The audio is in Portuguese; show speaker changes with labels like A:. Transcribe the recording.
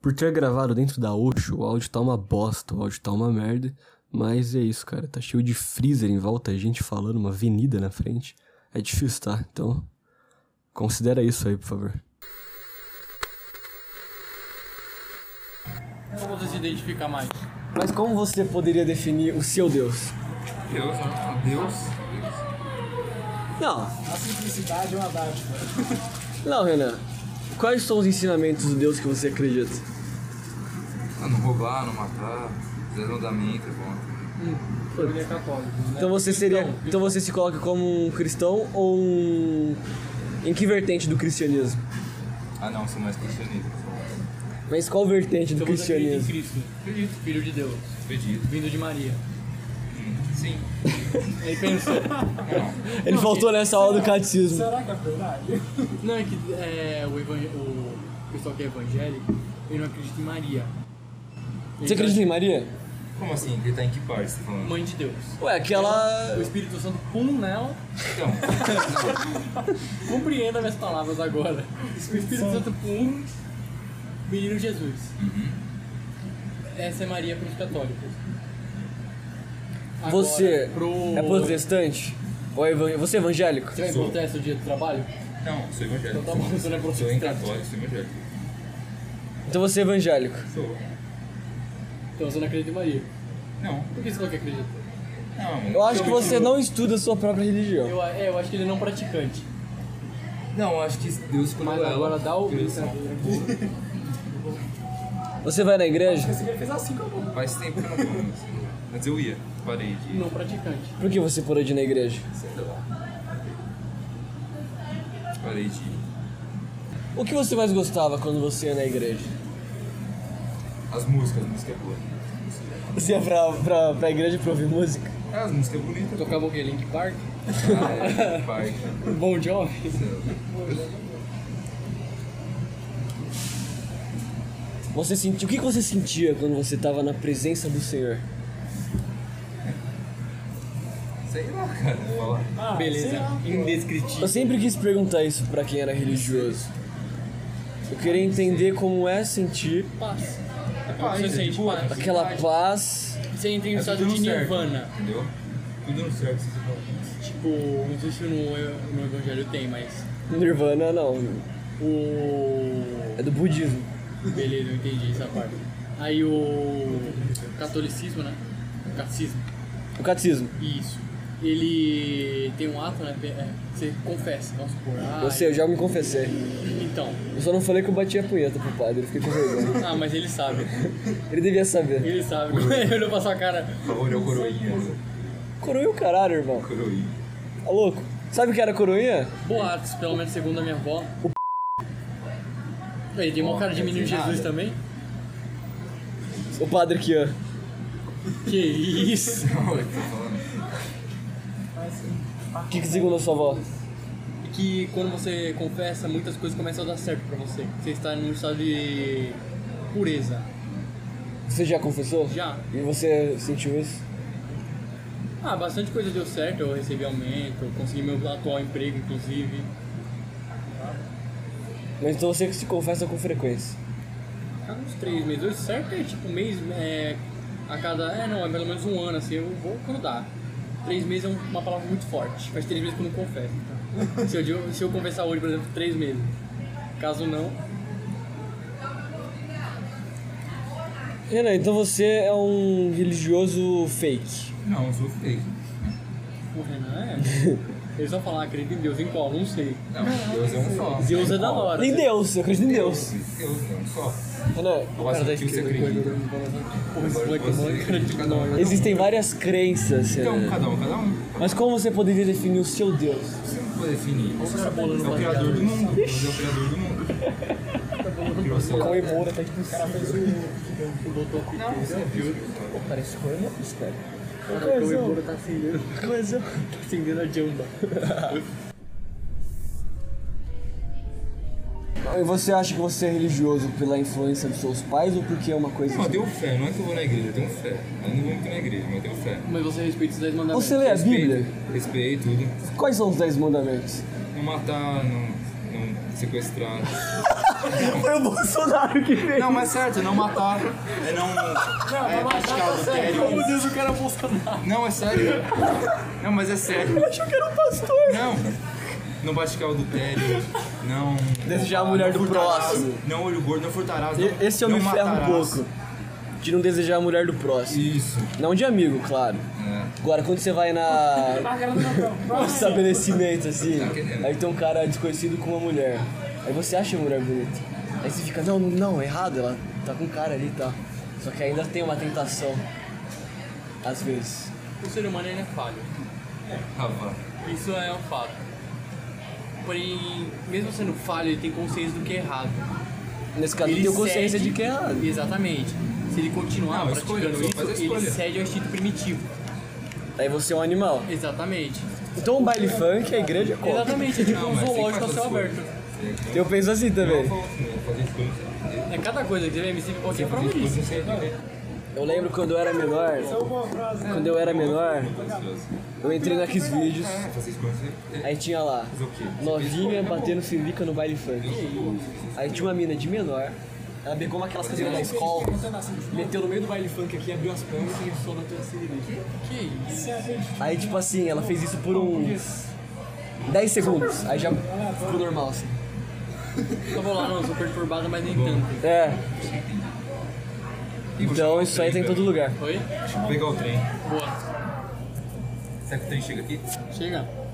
A: Por ter gravado dentro da Oxo, o áudio tá uma bosta, o áudio tá uma merda. Mas é isso, cara. Tá cheio de freezer em volta, gente falando, uma avenida na frente. É difícil, tá? Então, considera isso aí, por favor.
B: Como você se identifica mais?
C: Mas como você poderia definir o seu Deus?
D: né?
E: Deus, Deus.
C: Não,
D: Ah, A simplicidade é uma dádiva.
C: não, Renan. Quais são os ensinamentos do Deus que você acredita?
E: Ah, não roubar, não matar. Zero andamento, é bom.
B: Ele é católico, né?
C: Então você seria, então você se coloca como um cristão ou um em que vertente do cristianismo?
E: Ah não, sou mais tá cristianismo.
C: Mas qual vertente do
B: Então você acredita em
C: cristianismo?
B: Cristo, Cristo, filho de Deus,
E: Acredito.
B: vindo de Maria.
E: Sim.
B: Ele pensou.
C: Ele faltou nessa aula do catecismo.
D: Será que é verdade?
B: Não, é que é, o, evan- o pessoal que é evangélico, ele não acredita em Maria. Ele
C: Você acredita em Maria?
E: Como assim? Gritar em que parte você tá falando?
B: é Mãe de Deus.
C: Ué, aquela
B: O Espírito Santo pum nela.
E: Então,
B: Compreenda minhas palavras agora. O Espírito Santo pum, menino Jesus.
E: Uhum.
B: Essa é Maria para os católicos. Agora,
C: você
B: pro...
C: é protestante? Ou é evan- você é evangélico?
B: Você vai em protesto o dia do trabalho?
E: não, sou evangélico.
B: Então tá bom, você não é
E: Sou em
B: protestante.
E: católico, sou evangélico.
C: Então você é evangélico.
E: Sou.
B: Então você não acredita em Maria.
E: Não.
B: Por que você não quer acreditar?
E: Não,
C: Eu acho que você não estuda a sua própria religião.
B: Eu, é, eu acho que ele é não praticante.
E: Não, eu acho que Deus escolheu
B: Mas
E: ela.
B: agora dá o.
E: Deus,
C: Você vai na igreja?
D: Esse ele fez assim com a mão.
E: Faz tempo que eu não vou, assim. Mas eu ia. Parei de ir.
B: Não praticante.
C: Por que você parou de ir na igreja?
E: Parei de ir.
C: O que você mais gostava quando você ia na igreja?
E: As músicas, a música é boa.
C: Você ia pra, pra, pra igreja pra ouvir música?
E: Ah, as músicas é bonita.
B: Tocava o quê? Link Park?
E: Ah, é, pai.
B: Bom Jovem?
C: Você sentiu, o que que você sentia quando você estava na presença do Senhor?
E: Sei lá, cara. Falar.
B: Beleza. Indescritível.
C: Eu sempre quis perguntar isso pra quem era religioso. Eu queria entender como é sentir
B: Paz. É
E: paz,
B: você
E: é de
B: sente
E: boa.
B: paz.
C: aquela paz.
B: Você entra em um
E: É
B: estado
E: tudo
B: de
E: no certo.
B: nirvana.
E: Entendeu? Tudo no certo, você fala.
B: Tipo, não sei se no, no evangelho tem, mas
C: Nirvana não,
B: o.
C: é do budismo.
B: Beleza, eu entendi essa parte. Aí o. Catolicismo, né? O catecismo.
C: O catecismo.
B: Isso. Ele tem um ato, né? Pe- é, Você confessa, vamos supor. Ah,
C: Eu sei, eu já me confessei.
B: Então.
C: Eu só não falei que eu bati a punheta pro padre, eu fiquei com vergonha.
B: Ah, mas ele sabe.
C: Ele devia saber.
B: Ele sabe. Quando ele olhou pra sua cara.
E: Olhou é coroinha. né?
C: Coroinha é o caralho, irmão.
E: Coroinha.
C: Tá louco? Sabe o que era coroinha?
B: Boatos, pelo menos segundo a minha avó. Ele tem uma
E: Ó,
B: cara de
E: quer
B: menino
E: dizer
B: Jesus
E: nada.
B: também?
C: O padre que ó.
B: Que isso?
E: Olha o que tá falando.
C: O que que segundo a sua avó?
B: que quando você confessa, muitas coisas começam a dar certo pra você. Você está num estado de pureza.
C: Você já confessou?
B: Já.
C: E você sentiu isso?
B: Ah, bastante coisa deu certo. Eu recebi aumento, eu consegui meu atual emprego, inclusive.
C: Mas então você que se confessa com frequência.
B: Há uns três meses. Hoje certo é tipo um mês, é, a cada... É, não, é pelo menos um ano, assim. Eu vou quando dá. Três meses é um- uma palavra muito forte. Faz três meses que eu não confesso. então. se, eu, se eu confessar hoje, por exemplo, três meses. Caso não,
C: Renan, então você é um religioso fake.
E: Não, eu sou fake.
B: o Renan é... Eles vão falar, "Ah, acredita em Deus, em qual? Não sei.
E: Não, Deus é um só.
B: Deus é da hora.
C: Em Deus, eu acredito em Deus.
E: Deus é um só.
C: Renan,
E: Gosta do que você acredita. Agora você de cada um.
C: existem várias crenças,
E: Então,
C: Renan.
E: cada um, cada um.
C: Mas como você poderia definir o seu Deus?
E: Você não pode definir. Você
B: Tá bolando
E: é o
B: baseado.
E: criador do mundo. Deus é o criador do mundo. Tá Criou você.
C: Cauê Moura tá expulsado.
E: Não, você viu.
C: Parece Cauê Moura, cara.
B: Cara, o Cauê Moura tá acendendo. Tá acendendo a jamba.
C: E você acha que você é religioso pela influência dos seus pais ou porque é uma coisa...
E: Não, eu tenho fé. Não é que eu vou na igreja, eu tenho fé. Eu não vou muito na igreja, mas eu tenho fé.
B: Mas você respeita os 10 mandamentos.
C: Você lê a Bíblia?
E: Respeito, respeito, tudo.
C: Quais são os 10 mandamentos?
E: Não matar, não, não sequestrar.
C: Foi o Bolsonaro que fez.
E: Não, mas certo, é não matar. É não. é
C: tá
E: praticar adultério.
B: Meu Deus, o cara é Bolsonaro.
E: Não, é sério. Não, mas é sério.
C: Eu achei que era um pastor.
E: Não. Não praticar adultério. Não.
C: Desejar a
E: roubar,
C: mulher
E: não
C: do
E: furtarás,
C: próximo.
E: Não olho gordo, não furtarás.
C: E-
E: não-
C: Esse eu
E: um não
C: me ferro um
E: matarás.
C: pouco. De não desejar a mulher do próximo.
E: Isso.
C: Não de amigo, claro.
E: É.
C: Agora, quando você vai na
D: Marca ela
B: é
D: no cartão.
C: no estabelecimento, assim,
E: querendo.
C: aí tem um cara desconhecido com uma mulher. Aí você acha a mulher bonita. Aí você fica, não, não, errado, ela tá com um cara ali e tá. Só que ainda tem uma tentação. Às vezes.
B: O ser humano ele é falho.
E: Ah, vá.
B: Isso é um fato. Porém, mesmo sendo falho, ele tem consciência do que é errado.
C: Nesse caso, eu
B: Ele
C: tenho consciência
B: cede-
C: de que é errado.
B: Exatamente. Se ele continuar
E: Não, escolha,
B: praticando
E: só faz a
B: isso, ele
E: escolha.
B: cede ao instinto primitivo.
C: Aí você é um animal.
B: Exatamente.
C: Então o baile funk, a igreja é contra.
B: Exatamente, é tipo
E: Não,
B: um
E: mas tem que
B: zoológico ao
E: fazer
B: céu
E: escolha.
B: aberto.
C: Eu penso assim também.
B: É cada coisa, que MC qualquer prova disso.
C: Eu lembro quando eu era menor, quando eu era menor, eu entrei naqueles vídeos,
E: É, fazer escolha. você-
C: aí tinha lá,
E: Fazer o quê?
C: novinha batendo silica no baile funk. Aí tinha uma mina de menor, ela pegou uma aquelas coisas da escola, meteu no meio do baile funk aqui, abriu as pernas e assim. só na tua silica.
B: Que isso?
C: Aí tipo assim, ela fez isso por uns 10 segundos, aí já ficou normal assim.
B: Eu vou lá, não, sou perturbado, mas nem tanto.
C: É,
E: E vou
C: então
E: chamar
C: isso
E: o
C: aí tá
E: trem,
C: em todo
E: velho.
C: lugar.
B: Oi?
E: Vou pegar o trem.
B: Boa.
E: Será que o trem chega aqui?
B: Chega.